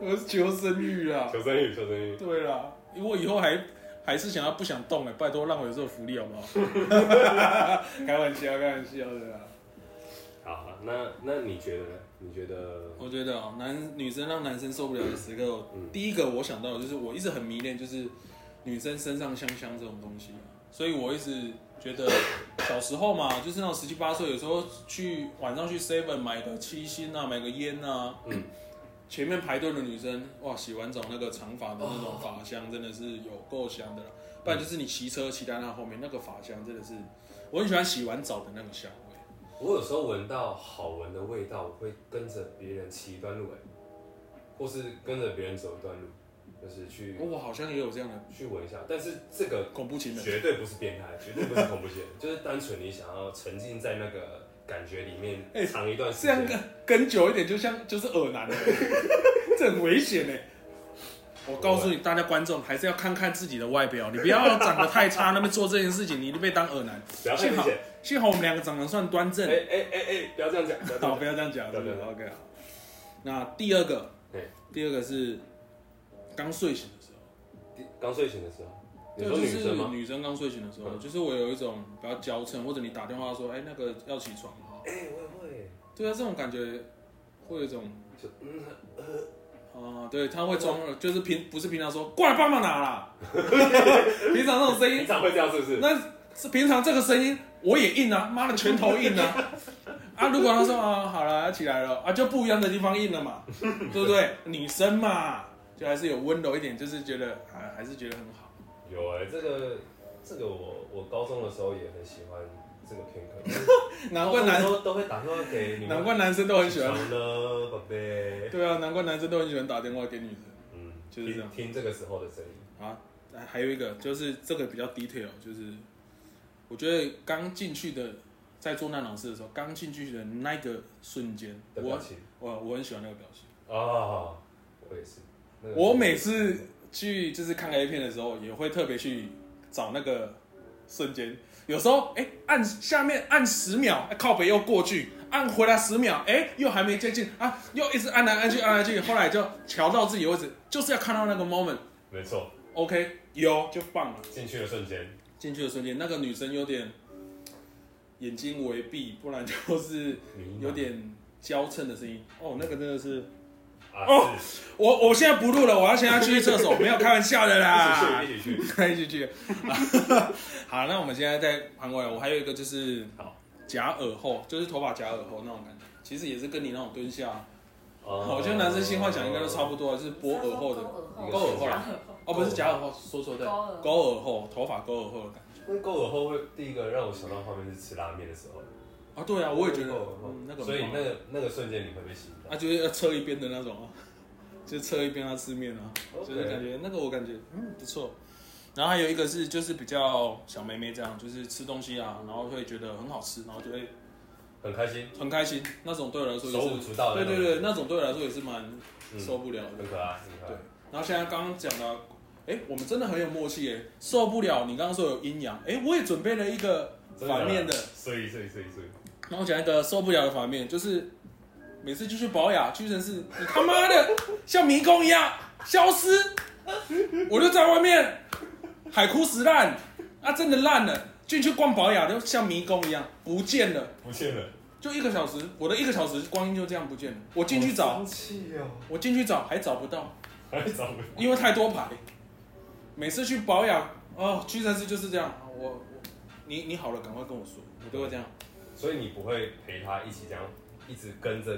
S1: 我是求生欲啊啦，
S2: 求生欲，求生欲。
S1: 对啦，因为我以后还还是想要不想动哎、拜托让我有这个福利好不好？ 开玩笑，开玩笑的啦。
S2: 好啊好，那那你觉得呢？你觉得
S1: 我觉得哦，男女生让男生受不了的时刻，
S2: 嗯
S1: 第一个我想到的就是我一直很迷恋，就是女生身上香香这种东西，所以我一直觉得小时候嘛， 就是那种十七八岁，有时候去晚上去 Seven 买个七星啊，买个烟啊，
S2: 嗯
S1: 前面排队的女生，哇，洗完澡那个长发的那种发香真的是有够香的啦，不然就是你骑车骑在那后面那个发香真的是，我很喜欢洗完澡的那个香味。
S2: 我有时候闻到好闻的味道，我会跟着别人骑一段路、欸，或是跟着别人走一段路，就是去、
S1: 哦我好像也有这样的
S2: 去闻一下。但是这个
S1: 恐怖情人。
S2: 绝对不是变态，绝对不是恐怖片，就是单纯你想要沉浸在那个感觉里面
S1: 哎
S2: 长一段时
S1: 这样
S2: 间。
S1: 跟跟久一点，就像就是耳男 了，这很危险欸呢。我告诉你，大家观众还是要看看自己的外表，你不要长得太差，那边做这件事情，你就被当耳男。
S2: 不要太明显。
S1: 幸好我们两个长得算端
S2: 哎
S1: 正，
S2: 哎哎哎，不要这样讲，不要这
S1: 嗯好，
S2: 样
S1: 不
S2: 讲。
S1: 要这样讲，对
S2: 对
S1: 不
S2: 对
S1: 对？OK，好。那第二个
S2: 对，
S1: 第二个是刚睡醒的时候，
S2: 刚睡醒的时候，你说
S1: 就
S2: 女
S1: 是
S2: 生吗？
S1: 女生刚睡醒的时候，
S2: 嗯
S1: 就是我有一种比较娇嗔，或者你打电话说，哎，那个要起床了，
S2: 哎，我也会，
S1: 对啊，这种感觉会有一种
S2: 就嗯，
S1: 哦，对，他会装，就是平不是平常说过来帮忙拿 啦，平常那种声
S2: 平
S1: 音，
S2: 常会这样是不是？
S1: 那是平常这个声音我也硬啊，妈的拳头硬啊，啊，如果他说啊好了要起来了啊，就不一样的地方硬了嘛，对不对？女生嘛，就还是有温柔一点，就是觉得啊还是觉得很好，
S2: 有哎，这个这个我我高中的时候也很喜欢这个片刻，
S1: 难怪男
S2: 都都会打电话给你们，
S1: 难怪男生都很喜欢，
S2: 床了，啊宝贝。
S1: 对啊，难怪男生都很喜欢打电话给女生
S2: 嗯，
S1: 就是这样
S2: 听听这个时候的声音，
S1: 啊。还有一个就是这个比较 detail，就是我觉得刚进去的，在做那老师的时候，刚进去的那个瞬间，
S2: 的表
S1: 我
S2: 情
S1: 我我很喜欢那个表情。
S2: 啊，我也是。那个
S1: 我每次去就是看 A 片的时候，也会特别去找那个瞬间。有时候哎、按下面按十秒，哎靠北又过去，按回来十秒，哎、又还没接近啊，又一直按来按去按来按去，后来就调到自己的位置，就是要看到那个 moment。
S2: 没错，
S1: OK，有就放了。
S2: 进去的瞬间，
S1: 进去的瞬间，那个女生有点眼睛微闭，不然就是
S2: 迷茫
S1: 有点娇嗔的声音。哦，那个真的是，
S2: 啊
S1: 哦
S2: 是
S1: 我我现在不录了，我要现在去厕所，没有开玩笑的啦。
S2: 一起去，一起去。
S1: 一起去。好，那我们现在在韩国，我还有一个就是
S2: 好，
S1: 夹耳后，就是头发夹耳后那种感觉，其实也是跟你那种蹲下，
S2: 哦
S1: 我觉得啊男生性幻想应该都差不
S2: 多。
S1: 多，就是拨耳后的，
S3: 勾耳
S2: 勾耳
S3: 后
S2: 后
S3: 啦
S2: 啦，
S1: 哦，不是夹耳后，说错对，
S3: 勾耳
S1: 勾耳后，头发勾耳后的感觉。
S2: 那勾耳后会第一个让我想到画面是吃拉面的时候，
S1: 啊，对啊，我也觉得
S2: 勾耳后，
S1: 嗯，那个很
S2: 所以
S1: 棒
S2: 那个那个瞬间你会被吸引
S1: 啊，
S2: 到。
S1: 就是要侧一边的那种啊， 就侧一边要吃面啊，
S2: OK
S1: 就是感觉那个我感觉嗯不错。然后还有一个是就是比较小妹妹这样，就是吃东西啊，然后会觉得很好吃，然后就会
S2: 很开心，
S1: 很开心，那种对我来说也
S2: 手舞
S1: 是，
S2: 足蹈的
S1: 对
S2: 那种。
S1: 对对，那种对我来说也是蛮
S2: 嗯
S1: 受不了的
S2: 很。可爱，很可
S1: 对
S2: 爱。，
S1: 然后现在刚刚讲了，哎，我们真的很有默契哎，受不了你刚刚说有阴阳，哎，我也准备了一个
S2: 真假
S1: 反面的，
S2: 所以所以所以所以，
S1: 然后讲一个受不了的反面，就是每次就去保雅屈臣氏，你他妈的 像迷宫一样消失，我就在外面海枯石烂，啊，真的烂了。进去逛保雅就像迷宫一样不见了，
S2: 不见了。
S1: 就一个小时，我的一个小时光阴就这样不见了。我进去找
S2: 好，气哦，
S1: 我进去找还找不到，
S2: 还找不到。
S1: 因为太多牌。每次去保养哦，屈臣氏就是这样。啊我我你你好了，赶快跟我说，我都会这样。
S2: 所以你不会陪他一起这样，一直跟着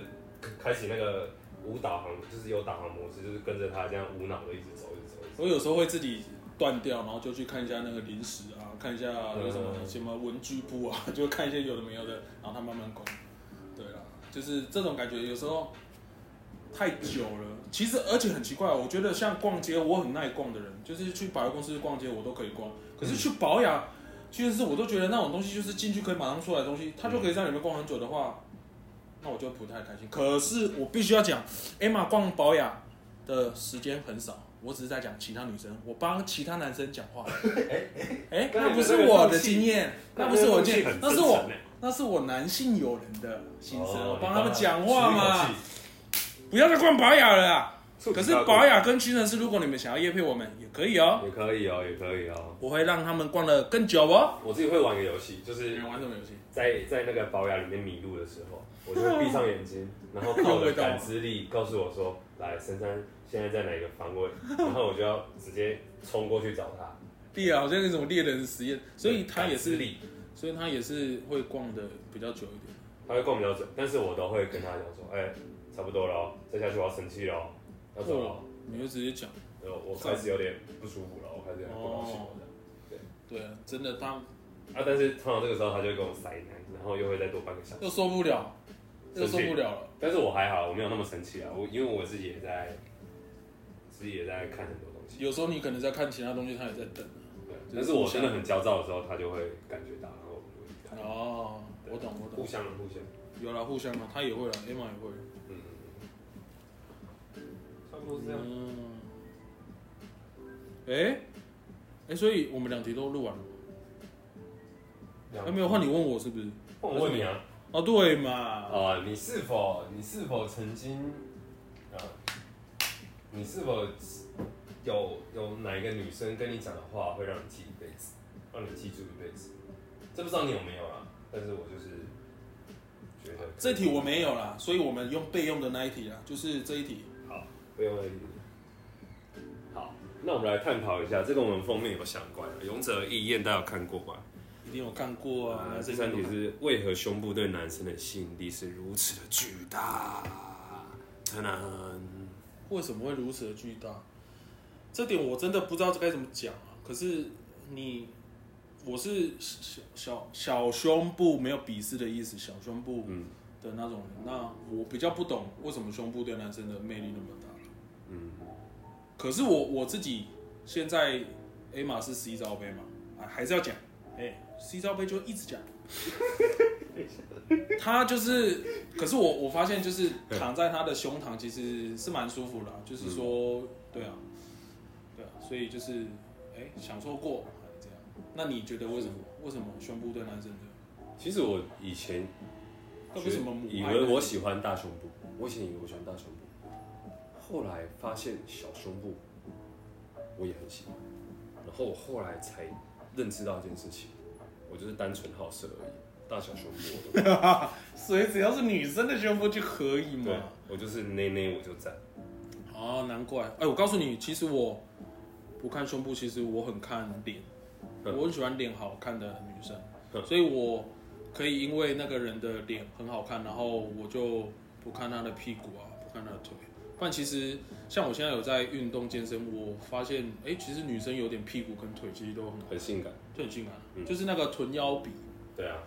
S2: 开启那个无导航，就是有导航模式，就是跟着他这样无脑的一直走，一直走，一直走。
S1: 我有时候会自己断掉，然后就去看一下那个零食啊，看一下那个什么
S2: 嗯
S1: 什么文具部啊， 就看一些有的没有的，然后它慢慢逛。对啦，就是这种感觉，有时候太久了。其实而且很奇怪，哦我觉得像逛街，我很爱逛的人，就是去百货公司逛街我都可以逛，可是去保养。其实是我都觉得那种东西就是进去可以马上出来的东西，它就可以在里面逛很久的话，那我就不太开心。可是我必须要讲，Emma 逛保养的时间很少，我只是在讲其他女生，我帮其他男生讲话。哎、那不是我的经验，那不是我的经验，那是我
S2: 欸
S1: 那是我男性友人的心声，
S2: 哦
S1: 我帮他们讲话嘛。，不要再逛保养了啦。可是保养跟屈臣氏，如果你们想要夜配我们也可以哦，
S2: 也可以哦，也可以哦。
S1: 我会让他们逛的更久哦。
S2: 我自己会玩一个游戏，就
S1: 你
S2: 是
S1: 们玩什么游戏？
S2: 在在那个保养里面迷路的时候，我就会闭上 眼睛，然后靠我的感知力告诉我说，来深山现在在哪个方位，然后我就要直接冲过去找他。
S1: 猎啊，好像那种猎人实验，所以他也
S2: 感知
S1: 是，
S2: 力，
S1: 所以他也是会逛的比较久一点。
S2: 他会跟我们聊准，但是我都会跟他讲说，哎、差不多了哦，再下去我要生气了哦，要走了哦。
S1: 你就直接讲，
S2: 然后我开始有点不舒服了，我开始有点不高兴了。
S1: 哦对啊，真的他
S2: 啊，但是通常这个时候他就会跟我塞奶，然后又会再多半个小时。
S1: 又受不了，又
S2: 生气
S1: 受不了了。
S2: 但是我还好，我没有那么生气啊，我因为我自己也在，自己也在看很多东西。
S1: 有时候你可能在看其他东西，他也在等。
S2: 对，但是我真的很焦躁的时候，他就会感觉到，然后我就会离开
S1: 哦，我懂我
S2: 互
S1: 懂，
S2: 相互相，
S1: 有啦，互相啊，他也会啦，Emma 也会。
S2: 嗯，差不多是这样。
S1: 嗯，哎、哎、所以我们两题都录完了，还、哎没有换你问我是不是？
S2: 换我问你啊，
S1: 哦，对嘛，
S2: 啊，你是否你是否曾经啊，你是否有有哪一个女生跟你讲的话会让你记一辈子，让你记住一辈子？这不知道你有没有啊？但是我就是觉得
S1: 这题我没有啦，所以我们用备用的那一题啦，就是这一题。
S2: 好，不用问你。好，那我们来探讨一下，这跟我们封面有相关啊。勇者义彦大家有看过吧？
S1: 一定有看过啊。
S2: 啊，
S1: 那
S2: 第
S1: 这
S2: 三题
S1: 个
S2: 是为何胸部对男生的吸引力是如此的巨大？噔噔，
S1: 为什么会如此的巨大？这点我真的不知道该怎么讲啊。可是你，我是小小小胸部，没有鄙视的意思，小胸部
S2: 嗯
S1: 的那种人。那我比较不懂为什么胸部对男生的魅力那么大。
S2: 嗯，
S1: 可是我我自己现在 A 码是 C 罩杯嘛，啊还是要讲，哎、c 罩杯就一直讲。他就是，可是我我发现就是躺在他的胸膛其实是蛮舒服的啊、就是说，
S2: 嗯
S1: 对啊，对啊，所以就是，哎、享受过还是这样。那你觉得为什么？为什么胸部对男生的？
S2: 其实我以前
S1: 那为什么母爱
S2: 以为我喜欢大胸部，我以前以为我喜欢大胸部，后来发现小胸部我也很喜欢，然后我后来才认知到一件事情，我就是单纯好色而已，大小胸部我都
S1: 所以只要是女生的胸部就可以
S2: 对
S1: 嘛？，
S2: 我就是内内我就在，
S1: 哦，难怪。哎、我告诉你，其实我不看胸部，其实我很看脸，
S2: 嗯
S1: 我很喜欢脸好看的女生，
S2: 嗯
S1: 所以我可以因为那个人的脸很好看，然后我就不看她的屁股啊，不看她的腿。但其实像我现在有在运动健身，我发现，哎、其实女生有点屁股跟腿其实都很好，
S2: 很性感，
S1: 就很性感，啊
S2: 嗯
S1: 就是那个臀腰比，
S2: 对啊，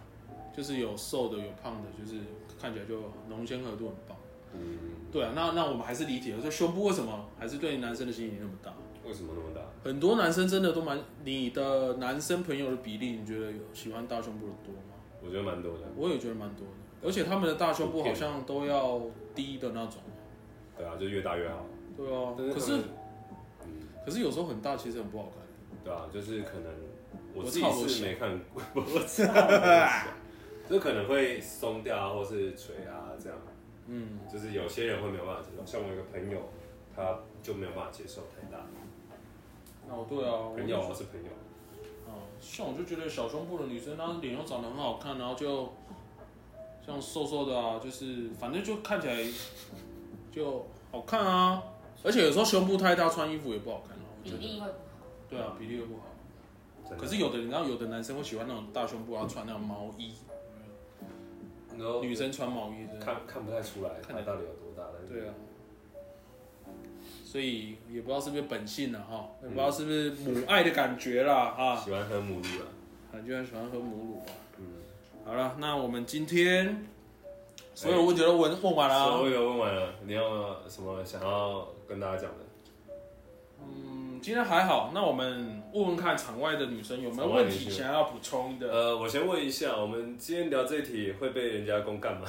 S1: 就是有瘦的有胖的，就是看起来就浓鲜合度很棒。
S2: 嗯，
S1: 对啊，那那我们还是理解了，说胸部为什么还是对男生的吸引力那么大？
S2: 嗯为什么那么大？
S1: 很多男生真的都蛮，你的男生朋友的比例，你觉得有喜欢大胸部的多吗？
S2: 我觉得蛮多的，
S1: 我也觉得蛮多的，而且他们的大胸部好像都要低的那种。
S2: 对啊，就越大越好。
S1: 对啊，可
S2: 但
S1: 是
S2: 他们，嗯，
S1: 可是有时候很大其实很不好看。
S2: 对啊，就是可能我
S1: 我
S2: 自
S1: 操
S2: 己
S1: 我
S2: 是
S1: 想
S2: 没看过， 我操我想， 就可能会松掉啊，或是垂啊这样，
S1: 嗯，
S2: 就是有些人会没有办法接受，像我一个朋友，他就没有办法接受太大，
S1: 哦对啊，我
S2: 朋友啊是朋友，
S1: 哦，像我就觉得小胸部的女生，她脸又长得很好看，然后就像瘦瘦的啊，就是反正就看起来就好看啊。而且有时候胸部太大，穿衣服也不好看啊。我
S3: 比
S1: 觉得，
S3: 例会不
S1: 对啊，比例又不好。
S2: 真的
S1: 可是有的，你知道，有的男生会喜欢那种大胸部，然后穿那种毛衣，
S2: 然后
S1: 女生穿毛衣的。
S2: 看看不太出来
S1: 看
S2: 他到底有多大，但是
S1: 对啊，。所以也不知道是不是本性了、哈，也不知道是不是母爱的感觉啦哈，
S2: 喜欢喝母乳啊，
S1: 很多人喜欢喝母乳啊。
S2: 嗯，
S1: 好了，那我们今天所有问题都问问完了
S2: 所
S1: 啊。
S2: 有问完了，你有没有什么想要跟大家讲的？
S1: 嗯，嗯，今天还好。那我们问问看场外的女生有没有问题想要补充的
S2: 呃，我先问一下，我们今天聊这题会被人家公干吗？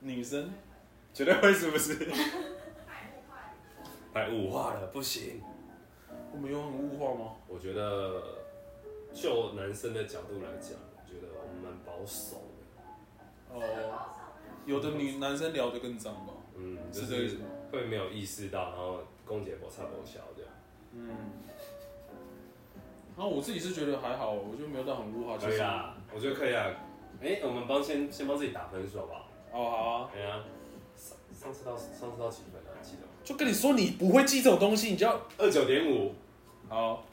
S1: 女生？
S2: 绝对会是不 是？太物化了，不行。
S1: 我们有很物化吗？
S2: 我觉得，就男生的角度来讲，我觉得我们蛮保守的。
S1: 哦，有的女男生聊得更脏吧？
S2: 嗯，就是
S1: 这个意思
S2: 是
S1: 吗
S2: 会没有意识到，然后公姐不差不小这样。
S1: 嗯。然后我自己是觉得还好，我就没有到很物化。其
S2: 可以
S1: 实。
S2: 啊，我觉得可以啊。哎、我们帮先先帮自己打分数好不好？
S1: 哦，好啊。
S2: 哎呀、上上次到上次到几分啊？记得吗？
S1: 就跟你说，你不会记这种东西，你就要
S2: 二九点五。
S1: 好。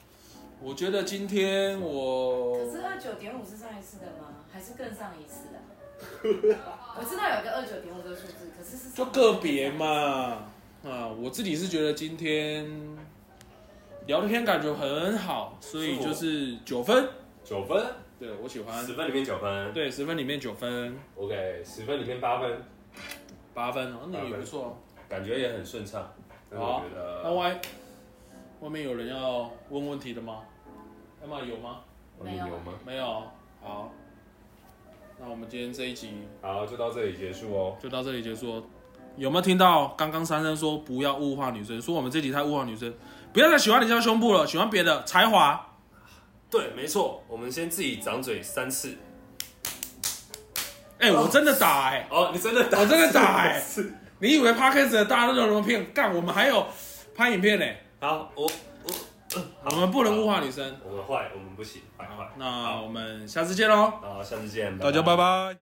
S1: 我觉得今天我
S3: 可是二九点五是上一次的吗？还是更上一次的？我知道有一个二九点五这个数字，可是是
S1: 就个别。嘛，啊，我自己是觉得今天聊的天感觉很好，所以就是九分，
S2: 九分，
S1: 对我喜欢，
S2: 十分里面九分
S1: 对十分里面九分，
S2: ，OK，十分里面八分，
S1: 八分，哦那
S2: 八分
S1: 也不错。
S2: 感觉也很顺畅。但是
S1: 好
S2: 我
S1: 啊
S2: 觉得，
S1: 那外外面有人要问问题的吗？Emma 有吗？
S2: 我们有吗？
S1: 没有，好，那我们今天这一集
S2: 好，就到这里结束哦。
S1: 就到这里结束哦。有没有听到刚刚珊珊说不要物化女生，说我们这集太物化女生，不要再喜欢人家胸部了，喜欢别的才华。
S2: 对，没错，我们先自己掌嘴三次。
S1: 哎、我真的打哎、
S2: 哦，你真的打，
S1: 我真的打哎
S2: 是
S1: 你以为 podcast 的大家都有什么片？干，我们还有拍影片呢、
S2: 好，我
S1: 我们不能物化女生。
S2: 我们坏，我们不行，坏坏。
S1: 那我们下次见喽，
S2: 好，下次见，
S1: 大家拜拜。